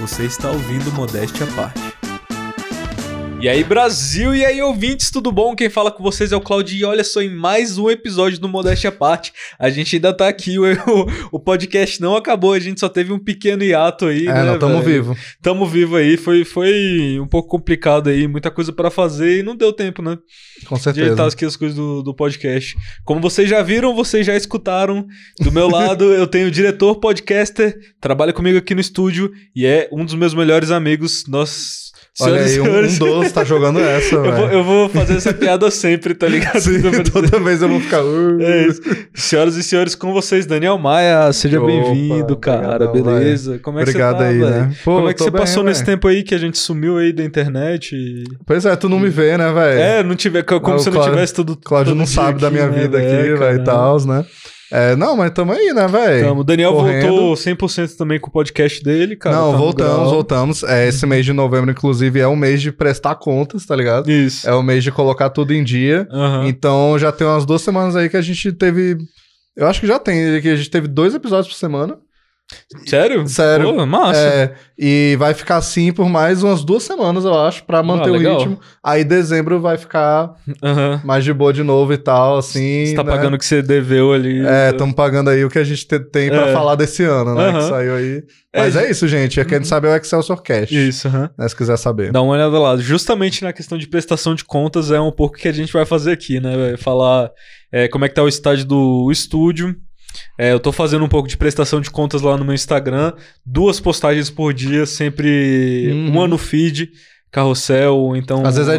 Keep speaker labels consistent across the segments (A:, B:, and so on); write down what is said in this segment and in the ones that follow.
A: Você está ouvindo Modéstia à Parte.
B: E aí, Brasil, e aí, ouvintes, tudo bom? Quem fala com vocês é o Claudio. E olha só, em mais um episódio do Modéstia à Parte, a gente ainda tá aqui. O, o, o podcast não acabou, a gente só teve um pequeno hiato aí.
C: É,
B: né,
C: não tamo
B: velho?
C: vivo.
B: Tamo vivo aí. Foi, foi um pouco complicado aí, muita coisa pra fazer e não deu tempo, né?
C: Com
B: Digitar
C: certeza.
B: aqui as coisas do, do podcast. Como vocês já viram, vocês já escutaram. Do meu lado, eu tenho o diretor, podcaster, trabalha comigo aqui no estúdio e é um dos meus melhores amigos. Nós, senhoras
C: Olha
B: e
C: aí, um, um
B: senhores,
C: doce tá jogando essa,
B: eu, vou,
C: velho.
B: eu vou fazer essa piada sempre, tá ligado?
C: Toda vez eu vou ficar. "Uh".
B: É isso. Senhoras e senhores, com vocês, Daniel Maia. Seja
C: Opa,
B: bem-vindo, cara.
C: obrigadão,
B: Beleza? Como é
C: Obrigado
B: que você tá,
C: aí,
B: velho?
C: né? Pô,
B: Como é que
C: tô
B: você
C: bem,
B: passou
C: velho.
B: nesse tempo aí que a gente sumiu aí da internet? e-
C: Pois é, tu não me vê, né, velho?
B: É, não tiver, como
C: Ah, o
B: se não
C: Cláudio-
B: tivesse tudo.
C: Cláudio
B: todo
C: não
B: dia
C: sabe da
B: aqui,
C: minha
B: né,
C: vida aqui,
B: velho,
C: velho, e
B: caralho.
C: tal, né? É, não, mas tamo aí, né, velho?
B: Tamo. O Daniel
C: correndo.
B: voltou 100% também com o podcast dele, cara.
C: não,
B: tá no
C: voltamos,
B: grau.
C: voltamos. É, esse mês de novembro, inclusive, é o mês de prestar contas, tá ligado?
B: Isso.
C: É o mês de colocar tudo em dia.
B: Aham.
C: Então já tem umas duas semanas aí que a gente teve. Eu acho que já tem, que a gente teve dois episódios por semana.
B: Sério?
C: Sério.
B: Pô, massa.
C: É, e vai ficar assim por mais umas duas semanas, eu acho, pra manter
B: Ah,
C: o
B: legal.
C: ritmo. Aí dezembro vai ficar
B: Aham.
C: mais de boa de novo e tal, assim.
B: Você tá
C: É. né?
B: pagando o que você deveu ali.
C: É, estamos pagando aí o que a gente te- tem pra
B: É.
C: falar desse ano, né?
B: Aham.
C: Que saiu aí.
B: É,
C: Mas é, isso, gente. Quem não sabe é o Excelsior Cash.
B: Isso, aham.
C: Né, se quiser saber.
B: Dá uma olhada lá. Justamente na questão de prestação de contas, é um pouco que a gente vai fazer aqui, né? velho? Falar é, como é que tá o estágio do estúdio. É, eu tô fazendo um pouco de prestação de contas lá no meu Instagram. Duas postagens por dia, sempre
C: Uhum.
B: uma no feed, carrossel, ou então.
C: Às vezes é
B: uma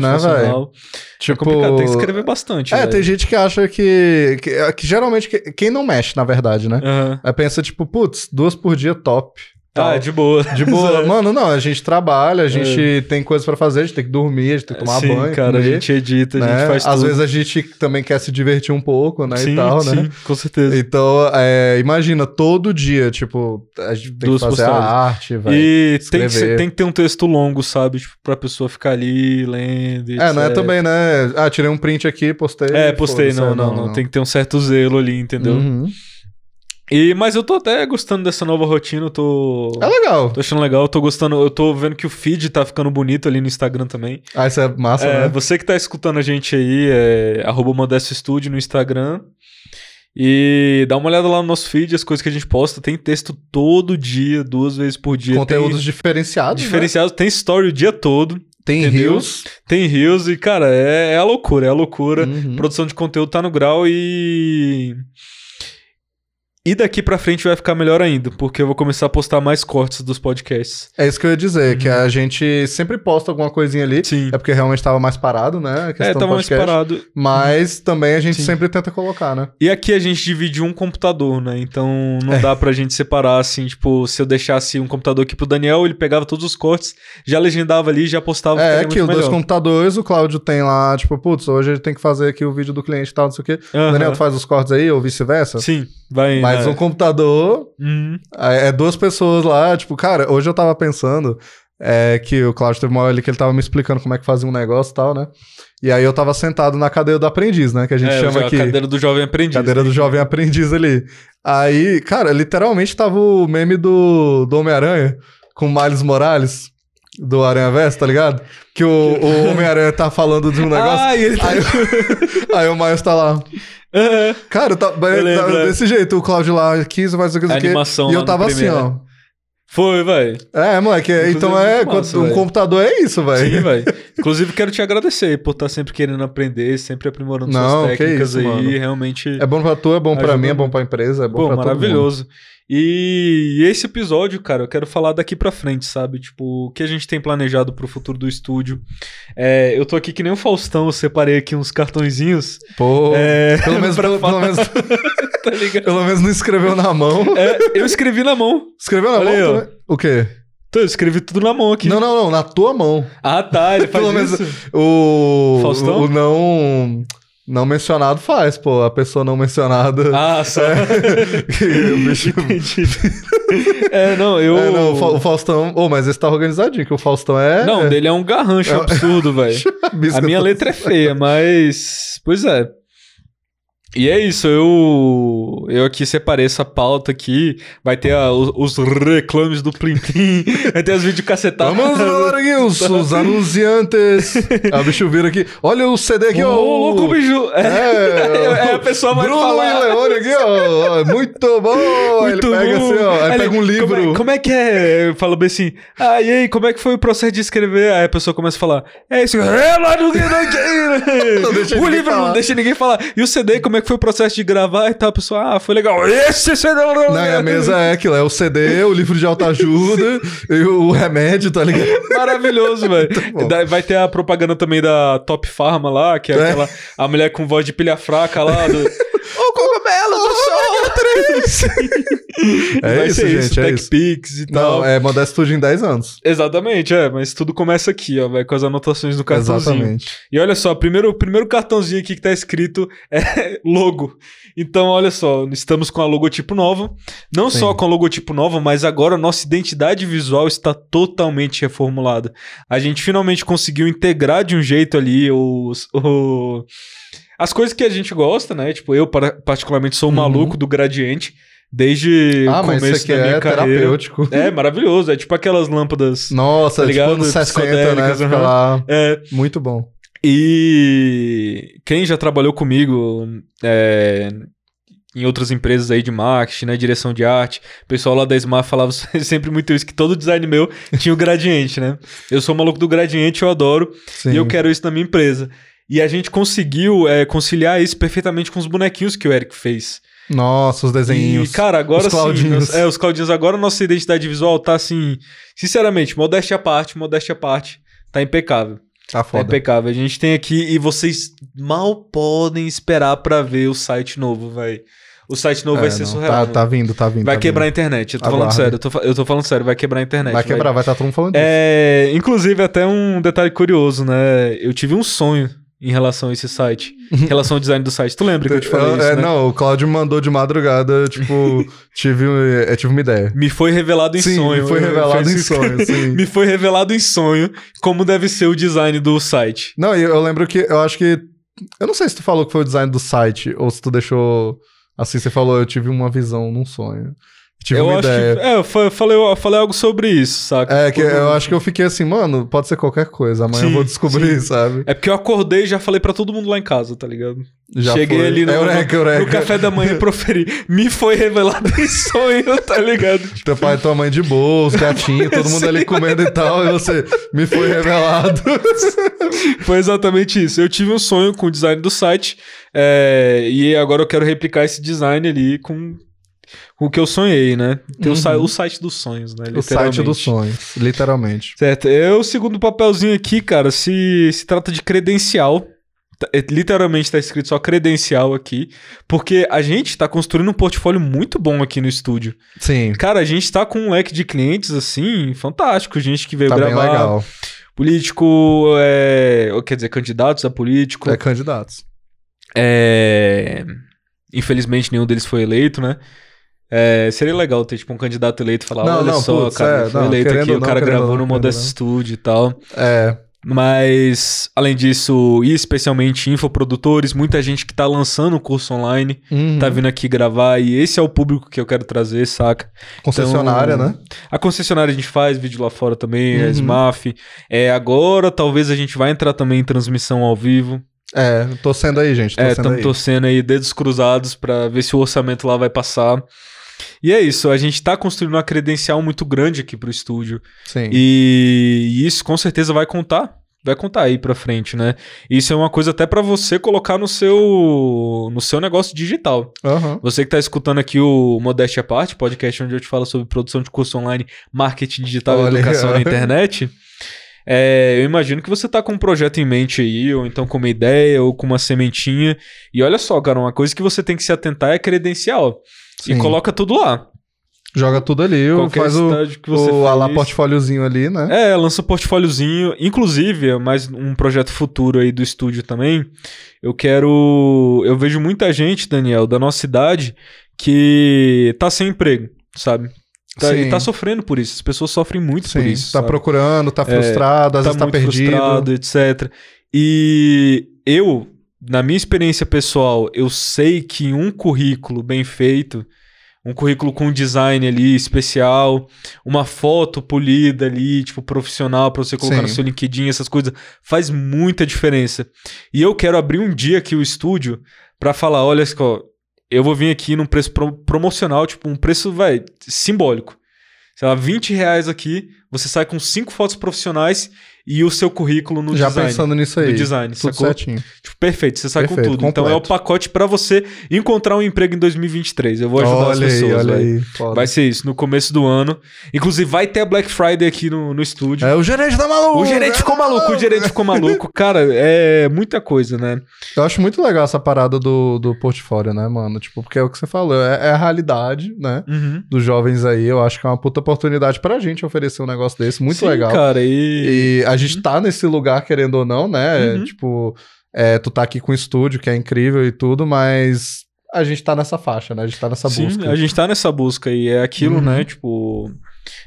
B: frase
C: né,
B: motivacional. É
C: tipo,
B: complicado, tem que escrever né? bastante.
C: É,
B: velho.
C: tem gente que acha que. Que, que geralmente que- quem não mexe, na verdade, né?
B: Aham.
C: Aí pensa, tipo, putz, duas por dia top.
B: Ah, é de boa.
C: De boa. Mano, não, a gente trabalha, a gente tem coisas pra fazer, a gente tem que dormir, a gente tem que tomar
B: É. Sim,
C: banho.
B: cara,
C: comer,
B: a gente edita, a
C: né?
B: gente faz
C: Às
B: tudo.
C: vezes a gente também quer se divertir um pouco, né?
B: sim,
C: e tal, né?
B: sim, com certeza.
C: Então, é, imagina, todo dia, tipo, a gente tem
B: Duas
C: que fazer
B: postagens.
C: a arte, velho.
B: E tem que,
C: escrever.
B: ser- tem que ter um texto longo, sabe? Tipo, pra pessoa ficar ali lendo. e
C: É, não é
B: etc.
C: também, né? Ah, tirei um print aqui, postei.
B: É, postei,
C: foda-se,
B: não, não, não, Tem que ter um certo zelo ali, entendeu?
C: Uhum.
B: E, mas eu tô até gostando dessa nova rotina, eu tô.
C: É legal.
B: Tô achando legal, eu tô gostando, eu tô vendo que o feed tá ficando bonito ali no Instagram também.
C: Ah, isso é massa,
B: É,
C: né?
B: Você que tá escutando a gente aí, é arroba Modesto Estúdio no Instagram. E dá uma olhada lá no nosso feed, as coisas que a gente posta. Tem texto todo dia, duas vezes por dia.
C: Conteúdos
B: tem
C: diferenciados. né?
B: diferenciados, tem story o dia todo.
C: Tem
B: entendeu?
C: rios.
B: Tem reels e, cara, é, é a loucura, é a loucura.
C: Uhum.
B: Produção de conteúdo tá no grau e... E daqui pra frente vai ficar melhor ainda, porque eu vou começar a postar mais cortes dos podcasts.
C: É isso que eu ia dizer, que a gente sempre posta alguma coisinha ali.
B: Uhum. Sim.
C: É porque realmente tava mais parado, né? A questão
B: É,
C: do
B: tava mais
C: podcast.
B: parado.
C: Mas também a gente
B: Sim.
C: sempre tenta colocar, né?
B: E aqui a gente divide um computador, né? Então
C: É.
B: não dá pra gente separar, assim, tipo, se eu deixasse um computador aqui pro Daniel, ele pegava todos os cortes, já legendava ali, já postava.
C: é, é
B: ficaria
C: aquilo,
B: muito
C: dois
B: melhor.
C: computadores, o Cláudio tem lá, tipo, putz, hoje ele tem que fazer aqui o vídeo do cliente e tal, não sei o quê.
B: Aham.
C: Daniel, tu faz os cortes aí, ou vice-versa.
B: Sim, vai.
C: Mas
B: né?
C: um computador,
B: Uhum.
C: é é duas pessoas lá, tipo, cara, hoje eu tava pensando é, que o Cláudio teve uma hora ali que ele tava me explicando como é que fazia um negócio e tal, né? E aí eu tava sentado na cadeira do aprendiz, né? Que a gente
B: É,
C: chama
B: a
C: aqui.
B: cadeira do jovem aprendiz.
C: Cadeira do jovem aprendiz ali. Aí, cara, literalmente tava o meme do, do Homem-Aranha com o Miles Morales, do Aranha Verso, tá ligado? Que o, o Homem-Aranha tá falando de um negócio.
B: Ah, e ele tá.
C: Aí, o-
B: Ah!
C: aí o Miles tá lá.
B: É,
C: Cara, tá, tá
B: lembro, é.
C: desse jeito, o Cláudio lá, 15, mais o que,
B: A
C: não sei o quê.
B: animação
C: E
B: lá
C: eu
B: no
C: tava assim,
B: primeiro,
C: ó.
B: Foi, vai.
C: É, moleque, é-
B: Inclusive,
C: então
B: é
C: é.
B: muito massa,
C: um
B: velho.
C: computador é isso,
B: Sim,
C: velho.
B: vai. Inclusive, quero te agradecer por estar sempre querendo aprender, sempre aprimorando
C: Não,
B: suas
C: que
B: técnicas
C: isso,
B: aí.
C: mano.
B: Realmente.
C: É bom pra tu, é bom pra
B: Ajuda
C: mim, é bom
B: muito.
C: pra empresa, é bom
B: Pô,
C: pra todo mundo.
B: maravilhoso. E esse episódio, cara, eu quero falar daqui pra frente, sabe? Tipo, o que a gente tem planejado pro futuro do estúdio. É, eu tô aqui que nem o Faustão, eu separei aqui uns cartõezinhos.
C: Pô,
B: É,
C: pelo, menos,
B: pra
C: pelo, pelo
B: falar.
C: menos,
B: tá ligado?
C: pelo menos não escreveu na mão.
B: É, eu escrevi na mão.
C: Escreveu na
B: Olha aí, ó.
C: mão? também? O quê?
B: Então, eu escrevi tudo na mão aqui.
C: Não, não, não, na tua mão.
B: Ah, tá, ele faz
C: Pelo menos-
B: isso.
C: O.
B: Faustão?
C: O, o não. Não mencionado faz, pô. A pessoa não mencionada.
B: Ah, só.
C: É. o bicho.
B: Entendi. é, não, eu...
C: É, não, o Fa- o Faustão. Ô, mas esse tá organizadinho, que o Faustão é.
B: Não, o dele é um garrancho absurdo, velho.
C: é
B: A minha letra é feia, mas. Pois é. E é isso, eu eu aqui separei essa pauta aqui, vai ter a- os, os reclames do Plim Plim, vai ter os vídeos cacetados.
C: Vamos lá, Marquinhos, os anunciantes. Ah, o bicho vira aqui. Olha o CD aqui,
B: Ô,
C: ó.
B: louco, bicho!
C: É,
B: É, a pessoa vai
C: Bruno
B: falar.
C: e Leone aqui, ó. Muito bom. Aí
B: Muito
C: ele pega
B: bom.
C: assim, ó. Aí,
B: Aí
C: pega um
B: ele,
C: livro.
B: Como é, como é que é? Fala bem assim. Ah, e aí, como é que foi o processo de escrever? Aí a pessoa começa a falar. É isso. é, lá no-
C: Não deixa
B: o
C: ninguém
B: livro
C: falar.
B: não deixa ninguém falar. E o CD, como é que foi o processo de gravar e tal? A pessoa, ah, foi legal. Esse CD.
C: Não, e a mesa é aquilo, é o CD, o livro de autoajuda e o remédio, tá ligado?
B: Maravilhoso, velho.
C: bom.
B: Daí Vai ter a propaganda também da Top Pharma lá, que é,
C: É.
B: aquela. A mulher com voz de pilha fraca lá. Do... o cogumelo do sol!
C: É
B: Vai
C: isso,
B: ser
C: gente, é
B: Tech
C: isso.
B: Pix e tal.
C: Não, é Modesto Tudo em 10 anos.
B: Exatamente, é, mas tudo começa aqui, ó, vai com as anotações do cartãozinho.
C: Exatamente.
B: E olha só, primeiro, o primeiro cartãozinho aqui que tá escrito é logo. Então, olha só, estamos com a logotipo nova. Não
C: Sim.
B: só com a logotipo nova, mas agora a nossa identidade visual está totalmente reformulada. A gente finalmente conseguiu integrar de um jeito ali os. o- As coisas que a gente gosta, né? Tipo, eu para- particularmente sou um
C: Uhum.
B: maluco do gradiente desde
C: Ah,
B: o
C: mas
B: começo
C: isso aqui
B: da minha
C: é
B: carreira.
C: terapêntico.
B: É maravilhoso, é tipo aquelas lâmpadas
C: Nossa,
B: Tá
C: é tipo
B: ligado?
C: anos 60, né?
B: Psicodélicas,
C: Fica
B: aham.
C: lá.
B: É,
C: Muito bom.
B: e quem já trabalhou comigo é, em outras empresas aí de marketing, né, direção de arte, o pessoal lá da Smart falava sempre muito isso, que todo design meu tinha o gradiente, né? Eu sou maluco do gradiente, eu adoro,
C: Sim.
B: e eu quero isso na minha empresa. E a gente conseguiu é, conciliar isso perfeitamente com os bonequinhos que o Eric fez.
C: Nossa, os desenhinhos.
B: E, cara, agora
C: Os
B: sim.
C: Claudinhos.
B: nós- é, os Claudinhos, agora nossa identidade visual tá assim. Sinceramente, modéstia à parte, modéstia à parte, tá impecável.
C: Tá
B: É
C: foda.
B: impecável. A gente tem aqui e vocês mal podem esperar pra ver o site novo, velho. O site novo
C: É,
B: vai ser
C: não,
B: surreal.
C: Tá,
B: mano.
C: tá vindo, tá vindo.
B: vai
C: tá
B: quebrar a
C: vindo.
B: internet. Eu tô falando
C: Aguarde.
B: sério. Eu tô, fa- eu tô falando sério. Vai quebrar a internet.
C: Vai quebrar, vai estar todo mundo falando disso.
B: É, inclusive, até um detalhe curioso, né? Eu tive um sonho em relação a esse site. Em relação ao design do site. Tu lembra que eu te falei
C: Eu-
B: isso,
C: é,
B: né?
C: Não, o Claudio mandou de madrugada, tipo, tive, eu
B: é,
C: tive uma ideia.
B: Me foi revelado em
C: Sim,
B: sonho.
C: né? foi
B: Eu-
C: revelado
B: foi
C: em
B: isso-
C: sonho, sim.
B: Me foi revelado em sonho como deve ser o design do site.
C: Não, e eu, lembro que, eu acho que, eu não sei se tu falou que foi o design do site, ou se tu deixou, assim, você falou, eu tive uma visão num sonho. Tive
B: eu
C: uma
B: acho
C: ideia.
B: que. É, eu fa- eu falei, eu falei algo sobre isso, saca? Tipo,
C: É, que
B: Quando-
C: eu acho que eu fiquei assim, mano, pode ser qualquer coisa, amanhã eu
B: Sim,
C: vou descobrir, sabe?
B: É porque eu acordei e já falei pra todo mundo lá em casa, tá ligado?
C: Já
B: Cheguei
C: foi. É
B: ali no,
C: eureka, eureka.
B: no café da manhã e proferi. Me foi revelado em sonho, tá ligado?
C: Teu pai e tua mãe de boa, os gatinhos, todo mundo ali comendo e tal, e você me foi revelado.
B: Foi exatamente isso. Eu tive um sonho com o design do site é, e agora eu quero replicar esse design ali com, com o que eu sonhei, né? Tem o,
C: Uhum.
B: sa- o site dos sonhos, né?
C: o site dos
B: literalmente.
C: sonhos, literalmente.
B: Certo. É o segundo papelzinho aqui, cara. Se se trata de credencial. Tá- é, Literalmente tá escrito só credencial aqui, porque a gente tá construindo um portfólio muito bom aqui no estúdio.
C: Sim,
B: Cara, a gente tá com um leque de clientes assim, fantástico. Gente que veio
C: tá bem
B: gravar,
C: legal.
B: político, é, ou quer dizer, candidatos a político.
C: É candidatos.
B: É, Infelizmente nenhum deles foi eleito, né? É, seria legal ter tipo um candidato eleito e falar:
C: Não,
B: olha
C: não,
B: só,
C: putz,
B: cara,
C: é,
B: foi
C: não,
B: eleito
C: querendo
B: aqui,
C: ou
B: o
C: não,
B: cara
C: querendo ou
B: gravou
C: não,
B: no
C: querendo
B: Modesto
C: ou não.
B: Studio e tal. Tá
C: É,
B: Mas, além disso, e especialmente infoprodutores, muita gente que tá lançando curso online,
C: uhum.
B: tá vindo aqui gravar, e esse é o público que eu quero trazer, saca?
C: concessionária,
B: Então,
C: né?
B: A concessionária a gente faz vídeo lá fora também, a
C: Uhum.
B: SMAF. É, agora talvez a gente vai entrar também em transmissão ao vivo.
C: É, tô sendo aí, gente. Tô
B: é,
C: sendo
B: estamos
C: aí.
B: torcendo aí dedos cruzados pra ver se o orçamento lá vai passar. E é isso, a gente tá construindo uma credencial muito grande aqui pro estúdio.
C: Sim.
B: E isso com certeza vai contar. Vai contar aí pra frente, né? Isso é uma coisa até pra você colocar no seu no seu negócio digital.
C: Aham.
B: Você que tá escutando aqui o Modéstia à Parte, podcast onde eu te falo sobre produção de curso online, marketing digital
C: Olha
B: e
C: aí,
B: educação
C: ó.
B: na internet. é, eu imagino que você tá com um projeto em mente aí, ou então com uma ideia, ou com uma sementinha. E olha só, cara, uma coisa que você tem que se atentar é credencial. E
C: Sim.
B: coloca tudo lá.
C: Joga tudo ali,
B: Qualquer
C: faz o,
B: estágio que você
C: o alá
B: fez.
C: portfóliozinho ali, né?
B: É, lança um portfóliozinho. Inclusive, é mais um projeto futuro aí do estúdio também. Eu quero. Eu vejo muita gente, Daniel, da nossa cidade, que tá sem emprego, sabe? Tá,
C: Sim.
B: e tá sofrendo por isso. As pessoas sofrem muito
C: Sim,
B: por isso.
C: tá
B: sabe? É,
C: procurando, tá frustrado, às
B: tá
C: vezes tá
B: muito
C: perdido.
B: frustrado, etc. E eu na minha experiência pessoal, eu sei que um currículo bem feito, um currículo com design ali especial, uma foto polida ali, tipo profissional pra você colocar no
C: Sim.
B: seu LinkedIn, essas coisas, faz muita diferença. E eu quero abrir um dia aqui o estúdio pra falar, olha só, eu vou vir aqui num preço pro- promocional, tipo um preço, vai, simbólico. Sei lá, 20 reais aqui, você sai com cinco fotos profissionais e o seu currículo no
C: Já
B: design.
C: pensando nisso
B: no
C: aí.
B: design,
C: tudo
B: sacou?
C: certinho.
B: Tipo, perfeito, você sai
C: Perfeito,
B: com tudo. Então é o
C: completo.
B: pacote pra você encontrar um emprego em 2023. Eu vou ajudar as
C: olha aí,
B: pessoas.
C: olha
B: velho.
C: aí. foda.
B: Vai ser isso, no começo do ano. Inclusive, vai ter a Black Friday aqui no, no estúdio.
C: É, o gerente tá maluco!
B: O gerente ficou maluco, o gerente ficou maluco. Cara, é muita coisa, né?
C: Eu acho muito legal essa parada do, do portfólio, né, mano? Tipo, porque é o que você falou, é, é a realidade, né? Dos jovens aí. Eu acho que é uma puta oportunidade pra gente oferecer um negócio desse. Muito
B: Sim,
C: legal.
B: Cara, e.
C: E a gente tá nesse lugar, querendo ou não, né?
B: Uhum.
C: Tipo, é, tu tá aqui com o estúdio, que é incrível e tudo, mas a gente tá nessa faixa, né? A gente tá nessa
B: Sim,
C: busca.
B: a gente tá nessa busca e é aquilo,
C: Uhum.
B: né? Tipo,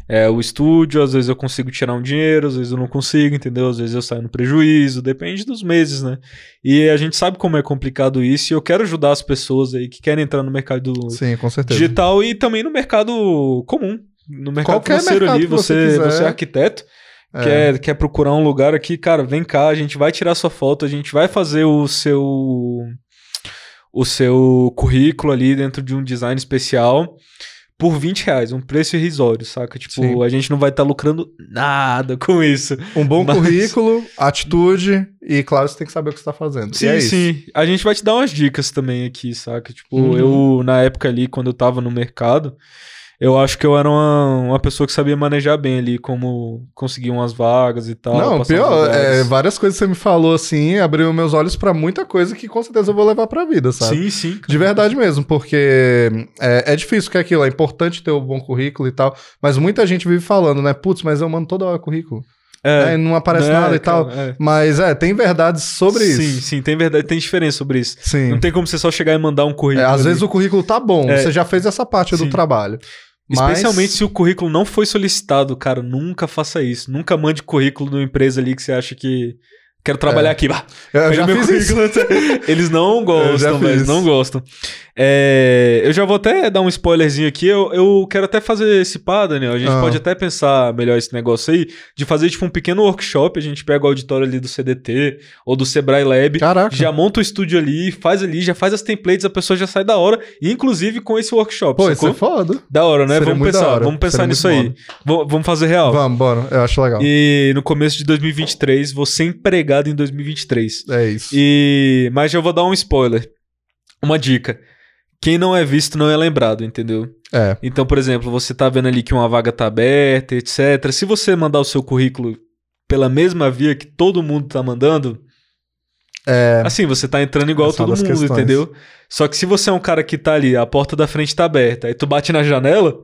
B: é o estúdio, às vezes eu consigo tirar um dinheiro, às vezes eu não consigo, entendeu? Às vezes eu saio no prejuízo, depende dos meses, né? E a gente sabe como é complicado isso e eu quero ajudar as pessoas aí que querem entrar no mercado
C: Sim, com certeza.
B: digital e também no mercado comum. No mercado
C: Qualquer
B: financeiro
C: mercado
B: ali,
C: que você
B: você,
C: quiser.
B: você é arquiteto,
C: É.
B: Quer, quer procurar um lugar aqui, cara, vem cá, a gente vai tirar sua foto, a gente vai fazer o seu o seu currículo ali dentro de um design especial por 20 reais, um preço irrisório, saca? Tipo,
C: Sim.
B: a gente não vai estar lucrando nada com isso.
C: Um bom
B: Mas-
C: currículo, atitude e, claro, você tem que saber o que você tá fazendo. E
B: Sim,
C: é isso.
B: sim. A gente vai te dar umas dicas também aqui, saca? Tipo,
C: Uhum.
B: eu, na época ali, quando eu tava no mercado, eu acho que eu era uma, uma pessoa que sabia manejar bem ali, como conseguir umas vagas e tal.
C: Não,
B: passar uns
C: pior, é,
B: lugares.
C: várias coisas que você me falou assim, abriu meus olhos pra muita coisa que com certeza eu vou levar pra vida, sabe?
B: Sim, sim. cara.
C: De verdade mesmo, porque é, é difícil que é aquilo, é importante ter um bom currículo e tal, mas muita gente vive falando, né? Putz, mas eu mando toda hora currículo. É, não aparece
B: né,
C: nada e
B: cara,
C: tal.
B: é.
C: Mas é, tem verdades sobre
B: sim,
C: isso.
B: Sim, tem verdade, tem diferença sobre isso.
C: Sim.
B: Não tem como você só chegar e mandar um
C: É,
B: currículo.
C: às
B: ali.
C: vezes o currículo tá bom,
B: É.
C: você já fez essa parte
B: Sim.
C: do trabalho. Mas-
B: Especialmente se o currículo não foi solicitado, cara, nunca faça isso. Nunca mande currículo numa empresa ali que você acha que quero
C: É.
B: trabalhar aqui. Bah,
C: Eu
B: pega
C: já
B: meu
C: fiz isso.
B: currículo. Eles não
C: Eu já
B: gostam,
C: fiz.
B: velho, não gostam. É, eu já vou até dar um spoilerzinho aqui. Eu, eu quero até fazer esse pá, Daniel. A gente
C: Ah.
B: pode até pensar melhor esse negócio aí, de fazer tipo um pequeno workshop. A gente pega o auditório ali do CDT ou do Sebrae Lab.
C: Caraca.
B: Já monta o estúdio ali, faz ali, já faz as templates, a pessoa já sai da hora, e inclusive com esse workshop,
C: Pô, isso
B: sacou?
C: é foda.
B: Da hora, né?
C: Seria
B: Vamos
C: muito da
B: pensar,
C: hora.
B: vamos pensar
C: Seria
B: nisso
C: muito
B: aí. Vam- Vamos fazer real.
C: Vamos, bora. Eu acho legal.
B: E no começo de 2023, você empregado em 2023.
C: É isso.
B: E mas eu vou dar um spoiler. Uma dica. Quem não é visto não é lembrado, entendeu?
C: É.
B: Então, por exemplo, você tá vendo ali que uma vaga tá aberta, etc. Se você mandar o seu currículo pela mesma via que todo mundo tá mandando,
C: É.
B: assim, você tá entrando igual
C: Essa é uma
B: todo
C: das
B: mundo,
C: questões.
B: entendeu? Só que se você é um cara que tá ali, a porta da frente tá aberta, aí tu bate na janela,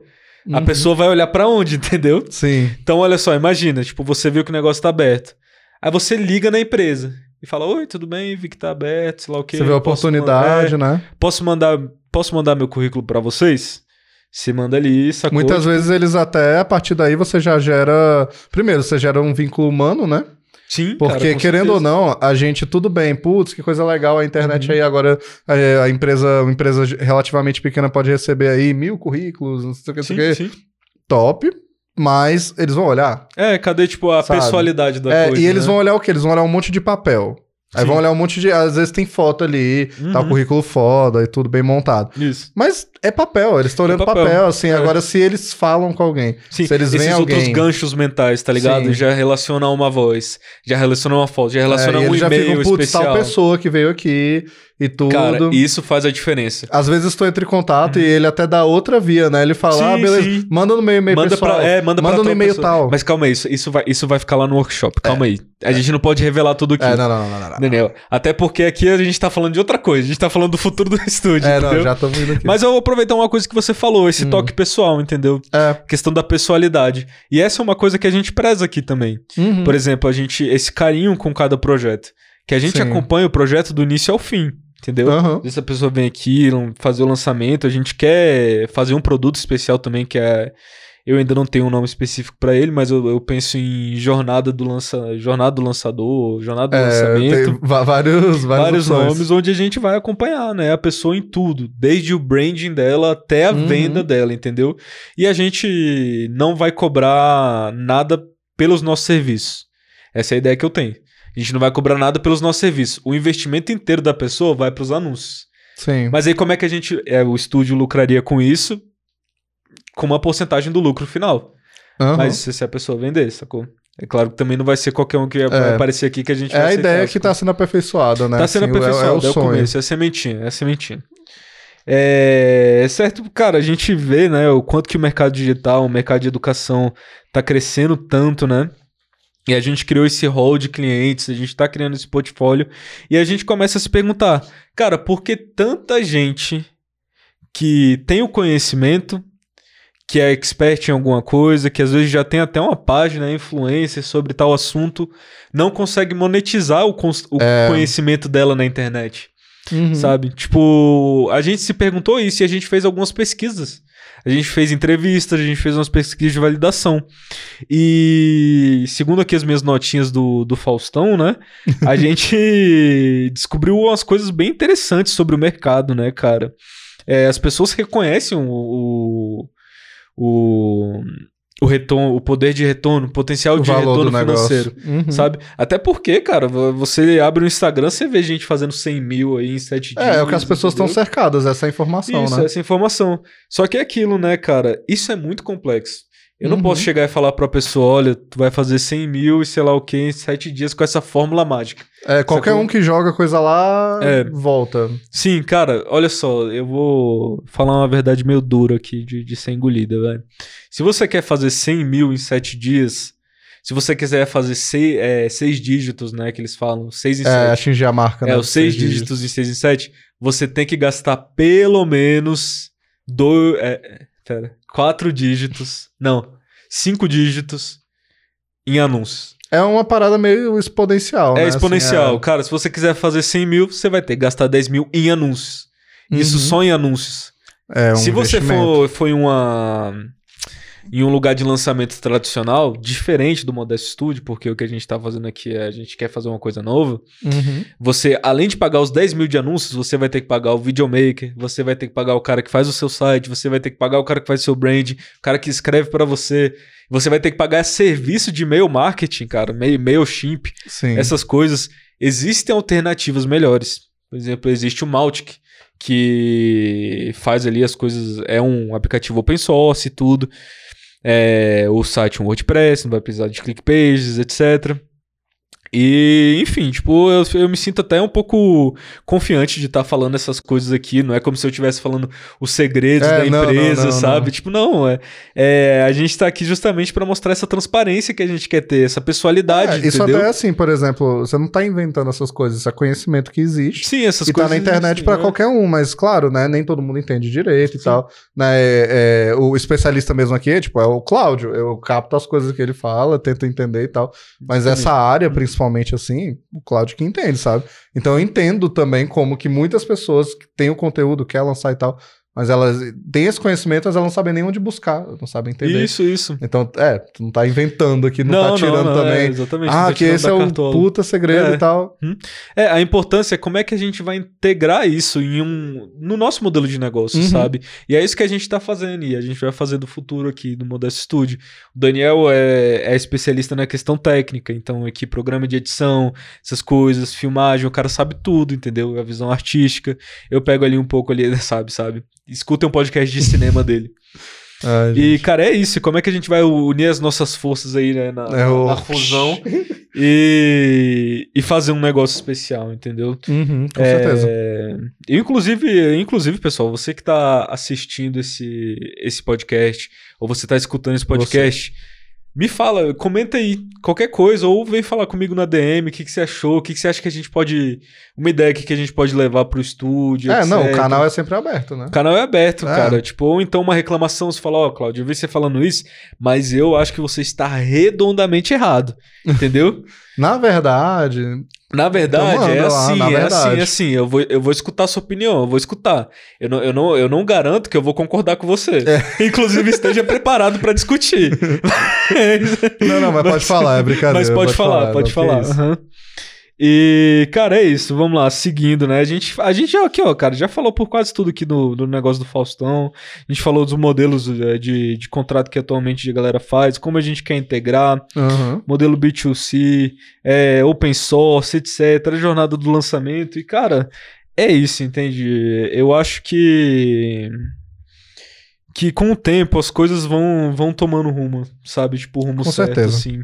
B: a
C: Uhum.
B: pessoa vai olhar pra onde, entendeu?
C: Sim.
B: Então, olha só, imagina, tipo, você viu que o negócio tá aberto. Aí você liga na empresa e fala: Oi, tudo bem? Vi que tá aberto, sei lá o quê.
C: Você vê a
B: posso
C: oportunidade,
B: mandar-
C: né?
B: é, Posso mandar, posso mandar meu currículo pra vocês? Você manda ali, sacou?
C: Muitas vezes eles até, a partir daí, você já gera. Primeiro, você gera um vínculo humano, né?
B: Sim,
C: Porque,
B: cara, com
C: querendo ou
B: certeza. Uhum.
C: não, a gente, tudo bem, putz, que coisa legal, a internet aí agora, é, a empresa, uma empresa relativamente pequena pode receber aí mil currículos, não sei o que, não sei o que.
B: Sim, sim.
C: Top, mas eles vão olhar.
B: É, cadê, tipo, a
C: Sabe?
B: pessoalidade da
C: É,
B: coisa?
C: e eles
B: né?
C: vão olhar o quê? Eles vão olhar um monte de papel. Aí
B: Sim.
C: vão olhar um monte de. Às vezes tem foto ali, tá
B: Uhum.
C: o currículo foda e tudo bem montado.
B: Isso.
C: Mas é papel, eles estão olhando papel.
B: papel. é.
C: assim. Agora, se eles falam com alguém,
B: Sim,
C: se eles
B: esses
C: veem
B: outros
C: alguém.
B: ganchos mentais, tá ligado?
C: Sim.
B: Já relaciona uma voz, já relaciona uma foto, já relaciona
C: é, e
B: um
C: eles já ficam,
B: e-mail
C: putz,
B: especial.
C: tal pessoa que veio aqui e tudo.
B: Cara, isso faz a diferença.
C: Às vezes estou entre em contato e ele até dá outra via, né? Ele fala,
B: Sim,
C: ah, beleza,
B: sim.
C: manda no meu e-mail
B: Manda
C: pessoal.
B: pra, é, manda, pra
C: manda no
B: tal
C: e-mail
B: pessoa.
C: tal.
B: Mas calma aí, isso, isso, vai, isso vai ficar lá no workshop. Calma aí. A gente não pode revelar tudo aqui.
C: É, não, não, não, não, não, não.
B: Daniel, até porque aqui a gente tá falando de outra coisa. A gente tá falando do futuro do estúdio,
C: É,
B: entendeu?
C: não, já tô vindo aqui.
B: Mas eu vou aproveitar uma coisa que você falou, esse toque pessoal, entendeu?
C: É.
B: Questão da pessoalidade. E essa é uma coisa que a gente preza aqui também.
C: Uhum.
B: Por exemplo, a gente esse carinho com cada projeto, que a gente
C: Sim.
B: acompanha o projeto do início ao fim, entendeu?
C: Aham.
B: Às vezes a pessoa vem aqui lan- fazer o lançamento, a gente quer fazer um produto especial também que é Eu ainda não tenho um nome específico pra ele, mas eu, eu penso em jornada do lança, jornada do lançador, jornada do
C: É,
B: lançamento,
C: tem va- vários, vários,
B: vários
C: nomes.
B: nomes onde a gente vai acompanhar, né, a pessoa em tudo, desde o branding dela até a
C: Uhum.
B: venda dela, entendeu? E a gente não vai cobrar nada pelos nossos serviços. Essa é a ideia que eu tenho. A gente não vai cobrar nada pelos nossos serviços. O investimento inteiro da pessoa vai pros anúncios.
C: Sim.
B: Mas aí como é que a gente, é, o estúdio lucraria com isso? Com uma porcentagem do lucro final.
C: Aham.
B: Mas se se a pessoa vender, sacou? É claro que também não vai ser qualquer um que vai aparecer aqui que a gente
C: é
B: vai
C: a
B: aceitar,
C: ideia que
B: sacou?
C: tá sendo aperfeiçoada, né?
B: Tá sendo
C: Assim, é-
B: aperfeiçoado, é,
C: é, o sonho.
B: começo, é a sementinha, é a sementinha. É é certo, cara, a gente vê, né, o quanto que o mercado digital, o mercado de educação tá crescendo tanto, né? E a gente criou esse hall de clientes, a gente tá criando esse portfólio e a gente começa a se perguntar, cara, por que tanta gente que tem o conhecimento, que é expert em alguma coisa, que às vezes já tem até uma página, influencer sobre tal assunto, não consegue monetizar o, cons- o conhecimento dela na internet,
C: É. Uhum.
B: sabe? Tipo, a gente se perguntou isso e a gente fez algumas pesquisas. A gente fez entrevistas, a gente fez umas pesquisas de validação. E segundo aqui as minhas notinhas do, do Faustão, né? A gente descobriu umas coisas bem interessantes sobre o mercado, né, cara? É, as pessoas reconhecem o, o, o, o retorno, o poder de retorno, é o potencial
C: O
B: de
C: valor do
B: retorno
C: negócio.
B: financeiro.
C: Uhum.
B: Sabe? Até porque, cara, vo- você abre o Instagram, você vê gente fazendo 100 mil aí em 7 dias.
C: É, é o que as pessoas estão
B: entendeu?
C: cercadas, essa informação,
B: Isso,
C: né?
B: essa informação. Só que é aquilo, né, cara? Isso é muito complexo. Eu não
C: Uhum.
B: posso chegar e falar pra pessoa, olha, tu vai fazer 100 mil e sei lá o que em 7 dias com essa fórmula mágica.
C: É, qualquer
B: Sacou?
C: um que joga coisa lá,
B: É.
C: volta.
B: Sim, cara, olha só, eu vou falar uma verdade meio dura aqui de, de ser engolida, velho. Se você quer fazer 100 mil em 7 dias, se você quiser fazer 6 dígitos, né, que eles falam, 6 em 7.
C: É, atingir a marca, né?
B: É, os seis
C: Seis dígitos.
B: dígitos em 6 em 7, você tem que gastar pelo menos do, é, é, pera, quatro dígitos, não, cinco dígitos em anúncios.
C: É uma parada meio exponencial, né?
B: é
C: Assim,
B: exponencial. Cara, se você quiser fazer 100 mil, você vai ter que gastar 10 mil em anúncios. Isso
C: Uhum.
B: só em anúncios.
C: É um
B: se você
C: investimento.
B: for, for em uma... Em um lugar de lançamento tradicional, diferente do Modesto Studio, porque o que a gente tá fazendo aqui é a gente quer fazer uma coisa nova,
C: Uhum.
B: você, além de pagar os 10 mil de anúncios, você vai ter que pagar o videomaker, você vai ter que pagar o cara que faz o seu site, você vai ter que pagar o cara que faz o seu brand, o cara que escreve pra você. Você vai ter que pagar serviço de e-mail marketing, cara, ma- MailChimp,
C: Sim.
B: essas coisas. Existem alternativas melhores. Por exemplo, existe o Mautic, que faz ali as coisas, é um aplicativo open source e tudo. É, o site é um WordPress, não vai precisar de click pages, etc. E, enfim, tipo, eu, eu me sinto até um pouco confiante de estar falando essas coisas aqui. Não é como se eu estivesse falando os segredos
C: É,
B: da
C: não, não,
B: empresa,
C: não,
B: sabe?
C: não.
B: Tipo, não, é, é, a gente tá aqui justamente para mostrar essa transparência que a gente quer ter, essa
C: É,
B: pessoalidade,
C: isso
B: entendeu?
C: até é assim, por exemplo, você não tá inventando essas coisas, isso é conhecimento que existe.
B: Sim, essas
C: e tá
B: coisas.
C: na internet
B: existem,
C: pra
B: né?
C: qualquer um, mas claro, né? Nem todo mundo entende direito e
B: Sim.
C: tal. Né, é, é, o especialista mesmo aqui, tipo, é o Cláudio. Eu capto as coisas que ele fala, tento entender e tal. Mas
B: Também.
C: essa área, principalmente assim, o Cláudio que entende, sabe? Então eu entendo também como que muitas pessoas que têm o conteúdo, quer lançar e tal, mas elas têm esse conhecimento, mas elas não sabem nem onde buscar, não sabem entender.
B: Isso, isso.
C: Então, é, tu não tá inventando aqui, não, tá tirando
B: é,
C: também.
B: exatamente. não
C: ah,
B: tá
C: que
B: tirando
C: esse
B: da
C: é o
B: cartola.
C: puta segredo
B: É.
C: e tal.
B: É, a importância é como é que a gente vai integrar isso em um, no nosso modelo de negócio,
C: Uhum.
B: sabe? E é isso que a gente tá fazendo e a gente vai fazer do futuro aqui do Modesto Studio. O Daniel é, é especialista na questão técnica, então aqui programa de edição, essas coisas, filmagem, o cara sabe tudo, entendeu? A visão artística. Eu pego ali um pouco ali, sabe, sabe? Escutem um podcast de cinema dele.
C: Ai,
B: E, cara, é isso. Como é que a gente vai unir as nossas forças aí, né? Na,
C: É o-
B: na fusão e, e fazer um negócio especial, entendeu?
C: Uhum, com certeza.
B: É, eu, inclusive, inclusive, pessoal, você que tá assistindo esse, esse podcast, ou você tá escutando esse podcast, me fala, comenta aí qualquer coisa, ou vem falar comigo na DM, o que, que você achou, o que, que você acha que a gente pode. Uma ideia aqui que a gente pode levar pro estúdio.
C: É, não, o
B: etc.
C: canal é sempre aberto, né?
B: O canal é aberto,
C: É.
B: cara. Tipo, ou então uma reclamação, você fala, ó, Claudio, eu vi você falando isso, mas eu acho que você está redondamente errado. Entendeu?
C: Na verdade,
B: Na verdade,
C: Então manda
B: é
C: lá,
B: assim,
C: na
B: é
C: verdade.
B: assim, é assim. Eu vou, eu vou escutar a sua opinião, eu vou escutar. Eu não, eu não, eu não garanto que eu vou concordar com você.
C: É.
B: Inclusive, esteja preparado pra discutir.
C: Não, não, mas pode falar, é brincadeira,
B: Mas pode,
C: pode
B: falar,
C: falar,
B: pode
C: não, que é
B: falar.
C: isso.
B: aham. E, cara, é isso. Vamos lá, seguindo, né? A gente, a gente já aqui, ó, cara, já falou por quase tudo aqui do, do negócio do Faustão. A gente falou dos modelos eh, de, de contrato que atualmente a galera faz, como a gente quer integrar,
C: aham.
B: modelo B2C, eh, open source, etc. Jornada do lançamento. E, cara, é isso, entende? Eu acho que. Que com o tempo as coisas vão, vão tomando rumo, sabe? Tipo, rumo
C: Com
B: certo,
C: certeza.
B: assim.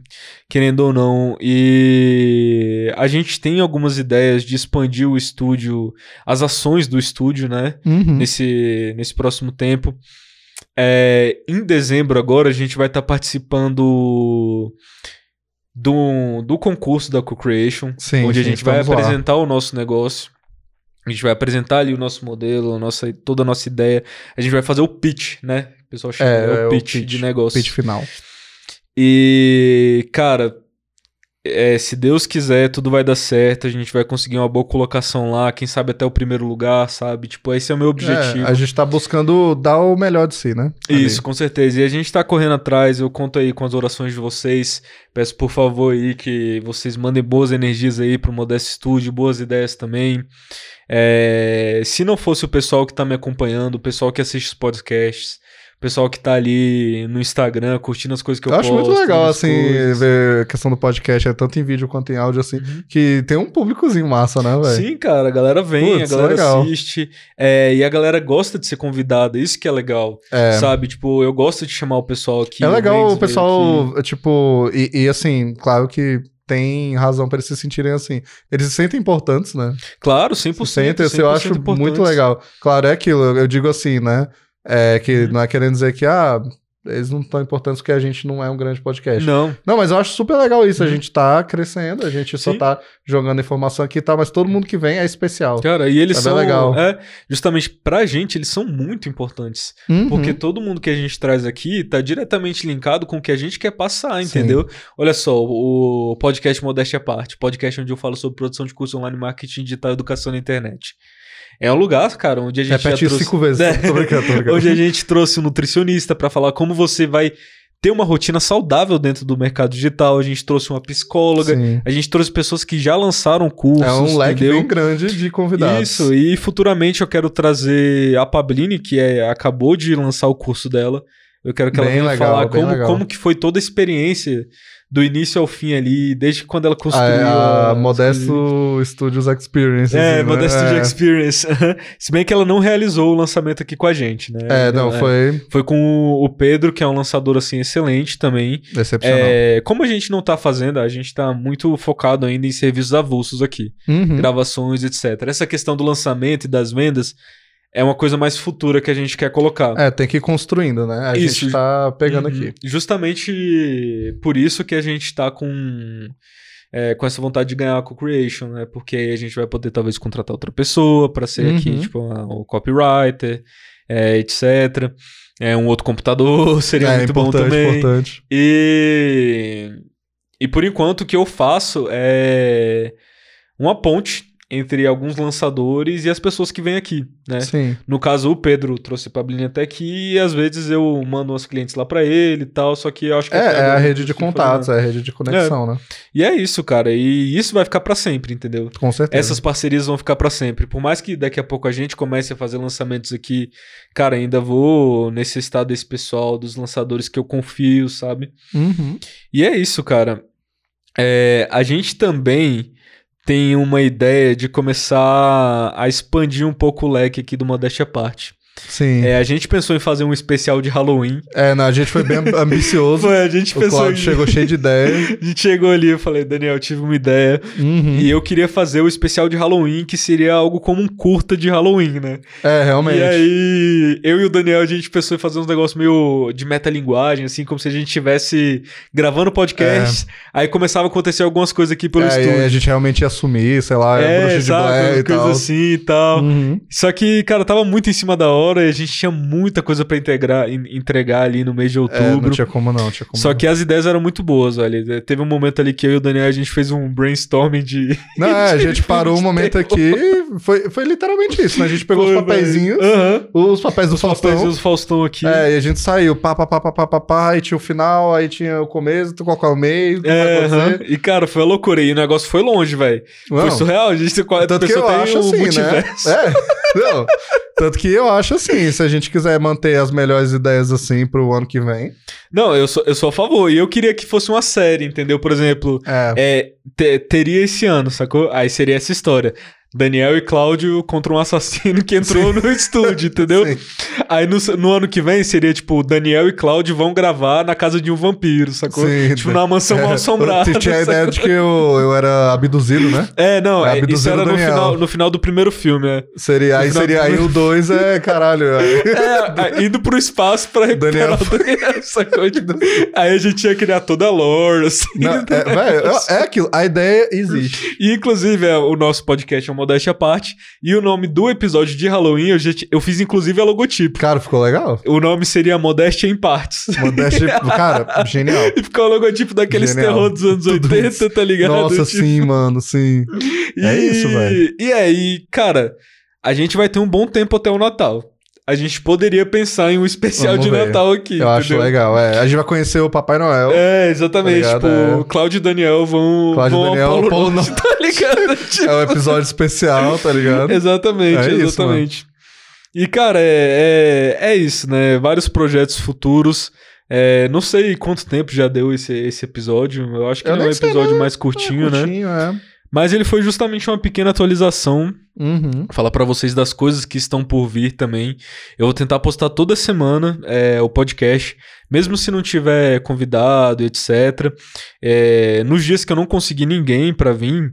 B: Querendo ou não. E a gente tem algumas ideias de expandir o estúdio, as ações do estúdio, né?
C: Uhum.
B: nesse, nesse próximo tempo. É, em dezembro agora a gente vai estar participando do, do concurso da Co-Creation,
C: Sim,
B: onde
C: sim,
B: a gente vai
C: estamos lá.
B: apresentar o nosso negócio. A gente vai apresentar ali o nosso modelo, a nossa, toda a nossa ideia. A gente vai fazer o pitch, né? O pessoal chama,
C: É,
B: é,
C: é
B: o
C: o
B: pitch,
C: pitch,
B: de negócio.
C: Pitch final.
B: E, cara, é, se Deus quiser, tudo vai dar certo. A gente vai conseguir uma boa colocação lá. Quem sabe até o primeiro lugar, sabe? Tipo, esse é o meu objetivo.
C: É, a gente tá buscando dar o melhor de si, né? Ali.
B: Isso, com certeza. E a gente tá correndo atrás, eu conto aí com as orações de vocês. Peço por favor aí que vocês mandem boas energias aí pro Modesto Estúdio, boas ideias também. É, Se não fosse o pessoal que tá me acompanhando, o pessoal que assiste os podcasts, o pessoal que tá ali no Instagram curtindo as coisas que eu,
C: Eu acho
B: posto,
C: muito legal,
B: as
C: assim,
B: coisas.
C: ver a questão do podcast, é tanto em vídeo quanto em áudio, assim,
B: Uhum.
C: que tem um públicozinho massa, né, velho?
B: Sim, cara, a galera vem,
C: Putz,
B: a galera
C: legal.
B: assiste, é, e a galera gosta de ser convidada, isso que é legal,
C: É.
B: sabe? Tipo, eu gosto de chamar o pessoal aqui.
C: é legal
B: Mendes
C: o
B: veio aqui.
C: pessoal, tipo, e, e, assim, claro que tem razão pra eles se sentirem assim. Eles se sentem importantes, né?
B: Claro, 100%.
C: Center, eu acho muito legal. Claro, é aquilo, eu digo assim, né? É que
B: Uhum.
C: não é querendo dizer que, ah, eles não estão importantes porque a gente não é um grande podcast. Não,
B: Não, Uhum.
C: mas eu acho super legal isso. A gente tá crescendo, a gente só
B: Sim.
C: tá jogando informação aqui e tal, mas todo mundo que vem é especial.
B: cara, e eles
C: É bem
B: são.
C: legal.
B: É, justamente pra gente, eles são muito importantes.
C: Uhum.
B: Porque todo mundo que a gente traz aqui tá diretamente linkado com o que a gente quer passar,
C: Sim.
B: entendeu? Olha só, o podcast Modéstia à Parte, podcast onde eu falo sobre produção de curso online, marketing digital e educação na internet. É um lugar, cara, onde a gente já
C: Repete isso
B: trouxe-
C: cinco vezes.
B: É.
C: Tô brincando, tô brincando.
B: Hoje a gente trouxe um nutricionista pra falar como você vai ter uma rotina saudável dentro do mercado digital. A gente trouxe uma psicóloga,
C: Sim.
B: A gente trouxe pessoas que já lançaram cursos,
C: É um leque
B: entendeu?
C: bem grande de convidados.
B: Isso, e futuramente eu quero trazer a Pablini, que é, acabou de lançar o curso dela. Eu quero que ela
C: Bem
B: venha
C: legal,
B: falar
C: bem
B: como,
C: legal.
B: como que foi toda a experiência do início ao fim ali, desde quando ela
C: Ah,
B: construiu.
C: é a
B: as coisas.
C: Modesto Studios Experience.
B: É,
C: assim, né?
B: Modesto de
C: É.
B: Experience. Se bem que ela não realizou o lançamento aqui com a gente, né?
C: É, não, foi
B: Foi com o- o Pedro, que é um lançador, assim, excelente também.
C: decepcional.
B: É, como a gente não tá fazendo, a gente tá muito focado ainda em serviços avulsos aqui.
C: Uhum.
B: gravações, etc. Essa questão do lançamento e das vendas é uma coisa mais futura que a gente quer colocar.
C: É, tem que ir construindo, né? A
B: Isso.
C: gente tá pegando
B: Uhum.
C: aqui.
B: Justamente por isso que a gente está com, é, com essa vontade de ganhar a co-creation, né? Porque aí a gente vai poder talvez contratar outra pessoa para ser aqui,
C: Uhum.
B: tipo, a- o copywriter, é, etc. É, um outro computador seria
C: é
B: muito
C: importante,
B: bom também.
C: importante.
B: E, e por enquanto o que eu faço é uma ponte entre alguns lançadores e as pessoas que vêm aqui, né?
C: Sim.
B: No caso, o Pedro trouxe a Pablini até aqui e às vezes eu mando umas clientes lá pra ele e tal, só que eu acho que...
C: É,
B: até
C: é a
B: agora eu
C: rede de
B: não consegui
C: contatos,
B: fazer
C: é a rede de conexão, né?
B: nada. E é isso, cara. E isso vai ficar pra sempre, entendeu?
C: Com certeza.
B: Essas parcerias vão ficar pra sempre. Por mais que daqui a pouco a gente comece a fazer lançamentos aqui, cara, ainda vou necessitar desse pessoal, dos lançadores que eu confio, sabe?
C: Uhum.
B: E é isso, cara. É, a gente também tem uma ideia de começar a expandir um pouco o leque aqui do Modéstia à Parte.
C: Sim. É.
B: É, a gente pensou em fazer um especial de Halloween.
C: não, a gente foi bem ambicioso.
B: É. Foi, a gente
C: o
B: pensou. em-
C: Claudio chegou cheio de ideia.
B: A gente chegou ali, eu falei, Daniel, eu tive uma ideia.
C: Uhum.
B: E eu queria fazer o especial de Halloween, que seria algo como um curta de Halloween, né?
C: É, realmente.
B: E aí, eu e o Daniel, a gente pensou em fazer uns negócios meio de metalinguagem, assim, como se a gente estivesse gravando podcast, aí começava a acontecer algumas coisas aqui pelo
C: É, e aí
B: estúdio.
C: a gente realmente ia assumir, sei lá,
B: É,
C: Ah, bruxa de
B: sabe,
C: Blair e
B: coisa
C: tal.
B: assim e tal.
C: Uhum.
B: Só que, cara, tava muito em cima da hora e a gente tinha muita coisa pra integrar, en- entregar ali no mês de
C: É, não
B: outubro.
C: tinha como não, tinha como
B: Só
C: não.
B: que as ideias eram muito boas, velho. Teve um momento ali que eu e o Daniel a gente fez um brainstorming de.
C: Não, é, a gente parou um
B: de
C: momento
B: terror.
C: aqui, foi, foi literalmente isso, né? A gente pegou
B: Foi,
C: os papeizinhos,
B: velho. Aham.
C: os papéis do Faustão.
B: Faustão. Os Faustão aqui.
C: É, e a gente saiu, pá, pá, pá, pá, pá, pá, pá, aí tinha o final, aí tinha o começo, tu qual que é o meio, tu
B: É,
C: vai acontecer.
B: aham. E, cara, foi a loucura. E o negócio foi longe, velho. Foi
C: Não,
B: surreal. A gente a
C: Tanto que
B: pessoa
C: eu
B: tem
C: acho
B: o
C: assim, né?
B: um multiverso.
C: É, não, tanto que eu acho assim, se a gente quiser manter as melhores ideias assim pro ano que vem,
B: Não, eu sou, eu sou a favor. E eu queria que fosse uma série, entendeu? Por exemplo,
C: é,
B: é, te- teria esse ano, sacou? Aí seria essa história. Daniel e Cláudio contra um assassino que entrou no estúdio, entendeu?
C: Sim.
B: Aí no, no ano que vem seria tipo, Daniel e Cláudio vão gravar na casa de um vampiro, sacou?
C: Sim, é,
B: tipo, numa mansão mal assombrada.
C: Eu tinha a
B: sacou?
C: ideia de que eu, eu era abduzido, né?
B: É, não,
C: É,
B: é, isso
C: abduziram
B: era
C: o
B: no
C: Daniel.
B: final, no final do primeiro filme, é.
C: Seria, aí
B: No final-
C: seria aí o 2 é caralho. aí-
B: É, a- indo pro espaço pra recuperar
C: Daniel.
B: o Daniel, sacou? Tipo, Aí a gente ia criar toda a lore, assim.
C: Não, é, velho, é, é aquilo, a ideia existe.
B: E, inclusive, é, o nosso podcast é o Modéstia à Parte. E o nome do episódio de Halloween, eu, já ti- eu fiz, inclusive, a logotipo.
C: Cara, ficou legal.
B: O nome seria Modéstia em Partes.
C: Modéstia, cara, genial.
B: E ficou o logotipo daqueles
C: Genial.
B: terror dos anos
C: Tudo
B: 80,
C: isso.
B: tá ligado?
C: Nossa,
B: Tipo,
C: sim, mano, sim. é isso, velho.
B: E aí, cara, a gente vai ter um bom tempo até o Natal. A gente poderia pensar em um especial
C: Vamos
B: de
C: ver.
B: Natal aqui.
C: Eu acho
B: entendeu?
C: legal, é. A gente vai conhecer o Papai Noel.
B: É, exatamente.
C: Tá ligado?
B: tipo,
C: É.
B: Cláudio e Daniel vão,
C: Cláudio
B: vão
C: Daniel,
B: ao Polo,
C: Polo
B: Norte, tá ligado? Tipo,
C: É um episódio especial, tá ligado?
B: Exatamente,
C: É isso,
B: exatamente. e, cara, é, é, é isso, né? Vários projetos futuros. É, não sei quanto tempo já deu esse, esse episódio. Eu acho que
C: Eu
B: ele é um
C: nem sei,
B: episódio mais curtinho, né?
C: Curtinho, é.
B: Mas ele foi justamente uma pequena atualização.
C: Uhum.
B: Falar pra vocês das coisas que estão por vir também. Eu vou tentar postar toda semana é, o podcast, mesmo se não tiver convidado, etc. É, nos dias que eu não consegui ninguém pra vir.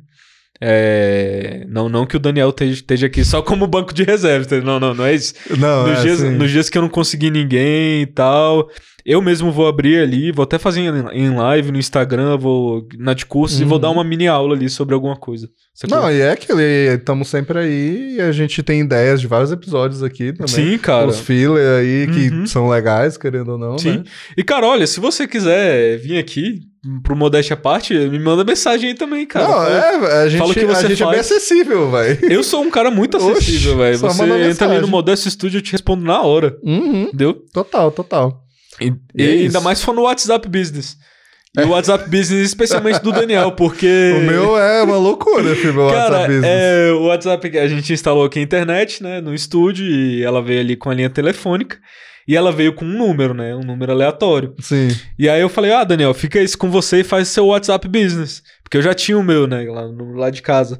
B: é, não, não que o Daniel te- esteja aqui só como banco de reserva, entendeu? não, não, não é isso.
C: Não,
B: Nos,
C: é,
B: dias,
C: sim.
B: nos dias que eu não consegui ninguém e tal, eu mesmo vou abrir ali, vou até fazer em- em live no Instagram, vou na de cursos e vou
C: Uhum.
B: dar uma mini aula ali sobre alguma coisa. sacou?
C: Não, e é que estamos sempre aí e a gente tem ideias de vários episódios aqui também.
B: Sim, cara.
C: Os filler aí que
B: Uhum.
C: são legais, querendo ou não,
B: Sim.
C: né?
B: E, cara, olha, se você quiser vir aqui pro Modéstia à Parte, me manda mensagem aí também, cara.
C: não,
B: Fala-
C: é, a gente,
B: fala o que
C: a
B: você
C: gente é
B: faz.
C: bem acessível, velho.
B: Eu sou um cara muito
C: Oxe,
B: acessível, velho.
C: só
B: Você
C: manda
B: entra ali no
C: mensagem.
B: Modesto Studio, eu te respondo na hora,
C: Uhum,
B: entendeu?
C: total, total.
B: E,
C: E é
B: e ainda
C: isso.
B: mais se for no WhatsApp Business. E o WhatsApp Business, especialmente do Daniel, porque.
C: O meu é uma loucura, filho, meu
B: Cara,
C: WhatsApp Business.
B: é, o WhatsApp que a gente instalou aqui a internet, né, no estúdio, e ela veio ali com a linha telefônica, e ela veio com um número, né, um número aleatório.
C: Sim.
B: E aí eu falei, ah, Daniel, fica isso com você e faz seu WhatsApp business. Porque eu já tinha o meu, né? Lá, no- lá de casa.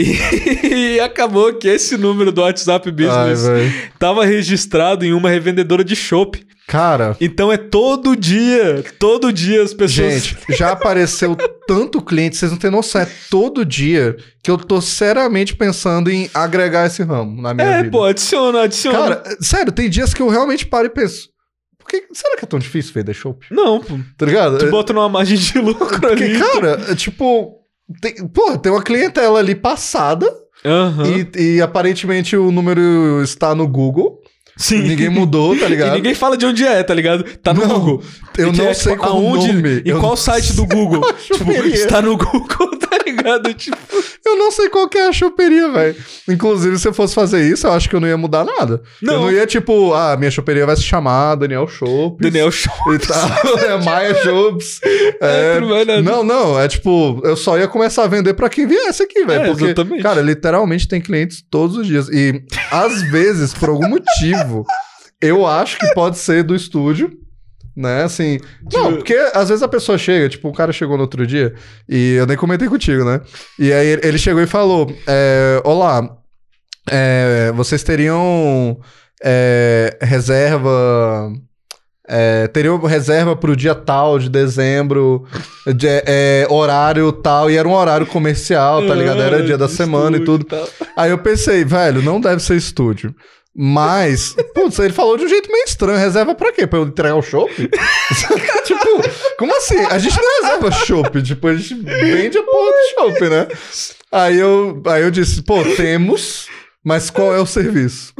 B: E, acabou que esse número do WhatsApp
C: Ai,
B: Business
C: velho.
B: tava registrado em uma revendedora de chopp.
C: Cara,
B: Então é todo dia, todo dia as pessoas.
C: Gente, já apareceu tanto cliente, vocês não têm noção, é todo dia que eu tô seriamente pensando em agregar esse ramo na minha
B: é,
C: vida.
B: pô, adiciona, adiciona.
C: Cara, é, sério, tem dias que eu realmente paro e penso, por que, será que é tão difícil vender shopping?
B: não, pô,
C: Tá ligado?
B: tu
C: É,
B: bota numa margem de lucro
C: Porque,
B: ali.
C: cara, é tipo, tem, porra, tem uma clientela ali passada
B: Aham.
C: e, e aparentemente o número está no Google,
B: Sim.
C: ninguém mudou, tá
B: E
C: ligado?
B: ninguém fala de onde é, tá ligado? Tá no
C: Não,
B: Google.
C: Eu
B: Que
C: não
B: é,
C: sei
B: tipo,
C: qual o
B: aonde-
C: nome.
B: Em
C: eu,
B: qual site do Google? tipo,
C: choperia.
B: está no Google, tá ligado? Tipo,
C: eu não sei qual que é a choperia, velho. Inclusive, se eu fosse fazer isso, eu acho que eu não ia mudar nada. Eu
B: não,
C: não ia, tipo, ah, minha choperia vai se chamar Daniel Chopp.
B: Daniel Show.
C: E tal, é Maia Chopps. É,
B: É, não vai nada.
C: Não, não, é tipo, eu só ia começar a vender pra quem viesse aqui, velho.
B: É,
C: porque,
B: exatamente.
C: cara, literalmente tem clientes todos os dias. E às vezes, por algum motivo, eu acho que pode ser do estúdio. Né, assim.
B: Tipo-
C: Não, porque às vezes a pessoa chega, tipo, o cara chegou no outro dia, e eu nem comentei contigo, né? E aí ele ele chegou e falou: é, Olá, é, vocês teriam é, reserva. É, teriam reserva pro dia tal de dezembro, de- é, horário tal, e era um horário comercial, tá ligado? Era dia da semana e tudo.
B: tá
C: Aí eu pensei, velho, não deve ser estúdio. Mas, putz, ele falou de um jeito meio estranho. Reserva pra quê? Pra eu entregar o chopp? tipo, como assim? A gente não reserva chopp, tipo, a gente vende a porra do chopp, né? Aí eu, aí eu disse, pô, temos, mas qual é o serviço?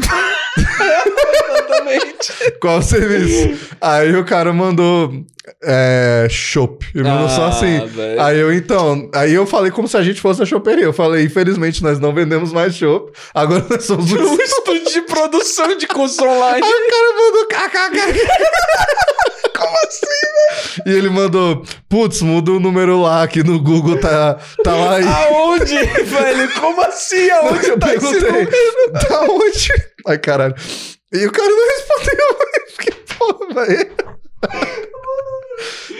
B: Exatamente.
C: Qual é o serviço? Aí o cara mandou é, chopp. E mandou só assim.
B: velho.
C: Aí eu, então, aí eu falei como se a gente fosse a choperia. Eu falei, infelizmente, nós não vendemos mais chopp. Agora nós somos um
B: Um estúdio de produção de curso online.
C: Aí o cara mandou kkk. Como assim, velho? E ele mandou, putz, muda o número lá que no Google tá, tá lá aí.
B: Aonde, velho? Como assim? Aonde
C: eu
B: Ah, tá esse
C: perguntei,
B: número?
C: tá onde? Ai, caralho. E o cara não respondeu. Que porra, velho.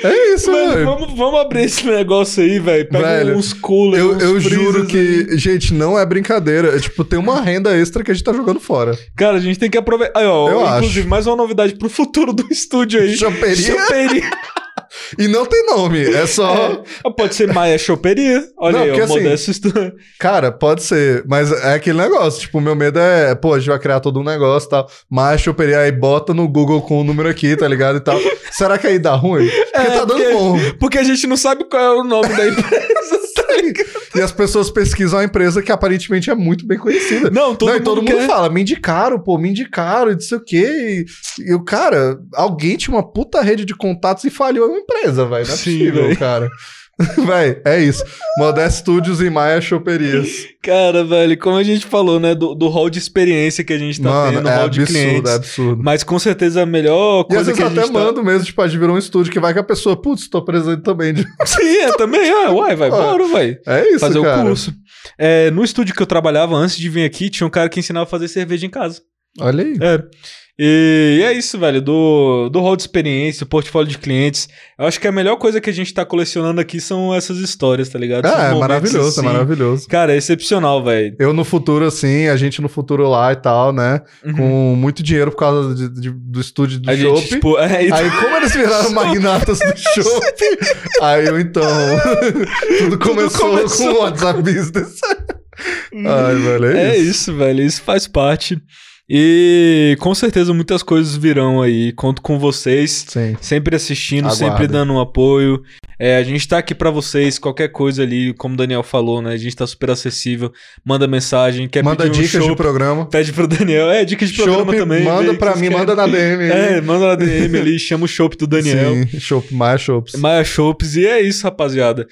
C: É isso,
B: Mano,
C: velho.
B: vamos, vamos abrir esse negócio aí, velho. Pega
C: Velho,
B: uns coolers.
C: Eu,
B: uns
C: eu
B: freezers
C: juro
B: aí.
C: que, gente, não é brincadeira. É, tipo, tem uma renda extra que a gente tá jogando fora.
B: Cara, a gente tem que aproveitar. Aí, ó,
C: Eu
B: inclusive, mais uma novidade pro futuro do estúdio aí.
C: Choperia.
B: Choperia.
C: E não tem nome, é só.
B: Ah, Pode ser Maia Choperia. Olha
C: Não,
B: aí,
C: porque
B: ó,
C: assim-
B: modesto estu-
C: Cara, pode ser, mas é aquele negócio. Tipo, meu medo é, pô, a gente vai criar todo um negócio e tal. Mas choperia aí, bota no Google com o número aqui, tá ligado? E tal. Será que aí dá ruim? Porque tá dando
B: É, porque-
C: bom.
B: Porque a gente não sabe qual é o nome da empresa. tá ligado?
C: E as pessoas pesquisam a empresa que aparentemente é muito bem conhecida.
B: não, todo
C: Não, e
B: mundo,
C: todo mundo,
B: quer.
C: fala, me indicaram, pô, me indicaram, e não sei o quê. E, e o cara, alguém tinha uma puta rede de contatos e falhou a empresa, velho. Não é
B: Sim,
C: possível,
B: velho.
C: cara. Véi, é isso. Modest Studios e Maia Choperias.
B: Cara, velho, como a gente falou, né? Do, do hall de experiência que a gente tá
C: Mano,
B: tendo,
C: é
B: hall
C: absurdo,
B: de clientes.
C: é absurdo.
B: Mas com certeza a melhor
C: E às
B: coisa
C: vezes
B: que a gente
C: até
B: tá-
C: mando mesmo, tipo, a gente virou um estúdio que vai que a pessoa, putz, tô presente também. de-
B: Sim, é também. Ah, uai, vai, bora, vai.
C: É isso,
B: Fazer
C: cara.
B: o curso. É, no estúdio que eu trabalhava antes de vir aqui, tinha um cara que ensinava a fazer cerveja em casa.
C: Olha aí. Ah,
B: É. E é isso, velho. Do, do hall de experiência, portfólio de clientes. Eu acho que a melhor coisa que a gente tá colecionando aqui são essas histórias, tá ligado? Esses
C: Ah, é
B: momentos
C: maravilhoso,
B: assim.
C: é maravilhoso.
B: Cara, é excepcional, velho.
C: Eu no futuro, assim, a gente no futuro lá e tal, né?
B: Uhum.
C: Com muito dinheiro por causa de- de- do estúdio do
B: A
C: Chopp.
B: gente, tipo, é, então-
C: Aí, como eles viraram magnatas do Chopp, aí eu então. tudo, começou
B: começou.
C: com o WhatsApp Business. Ai, velho,
B: É
C: é, isso.
B: isso, velho. Isso faz parte. E com certeza muitas coisas virão aí. Conto com vocês.
C: Sim.
B: Sempre assistindo,
C: Aguardem.
B: sempre dando um apoio. É, a gente tá aqui pra vocês, qualquer coisa ali, como o Daniel falou, né? A gente tá super acessível. Manda mensagem, quer
C: Manda
B: pedir um
C: dicas
B: show,
C: de programa.
B: pede pro Daniel. É, dicas de programa
C: Chopp,
B: também.
C: manda
B: vê
C: pra
B: que
C: mim,
B: vocês
C: manda na DM.
B: querem.
C: aí.
B: É, manda na DM ali, chama o Chopp do Daniel.
C: Sim, Chopp, mais Chopps.
B: Maia Shops. E é isso, rapaziada.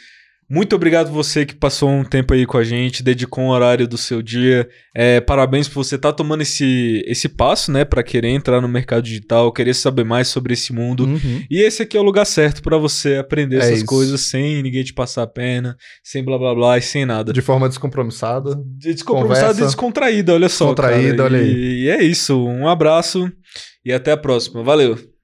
B: Muito obrigado você que passou um tempo aí com a gente, dedicou um horário do seu dia. É, parabéns por você estar tomando esse, esse passo, né, Pra querer entrar no mercado digital, querer saber mais sobre esse mundo.
C: Uhum.
B: E esse aqui é o lugar certo pra você aprender
C: É
B: essas
C: isso.
B: coisas sem ninguém te passar a perna, sem blá blá blá e sem nada.
C: De forma descompromissada.
B: Descompromissado e
C: Conversa.
B: tá descontraído, olha só.
C: Descontraído,
B: cara.
C: olha aí.
B: E, e é isso. Um abraço e até a próxima. Valeu.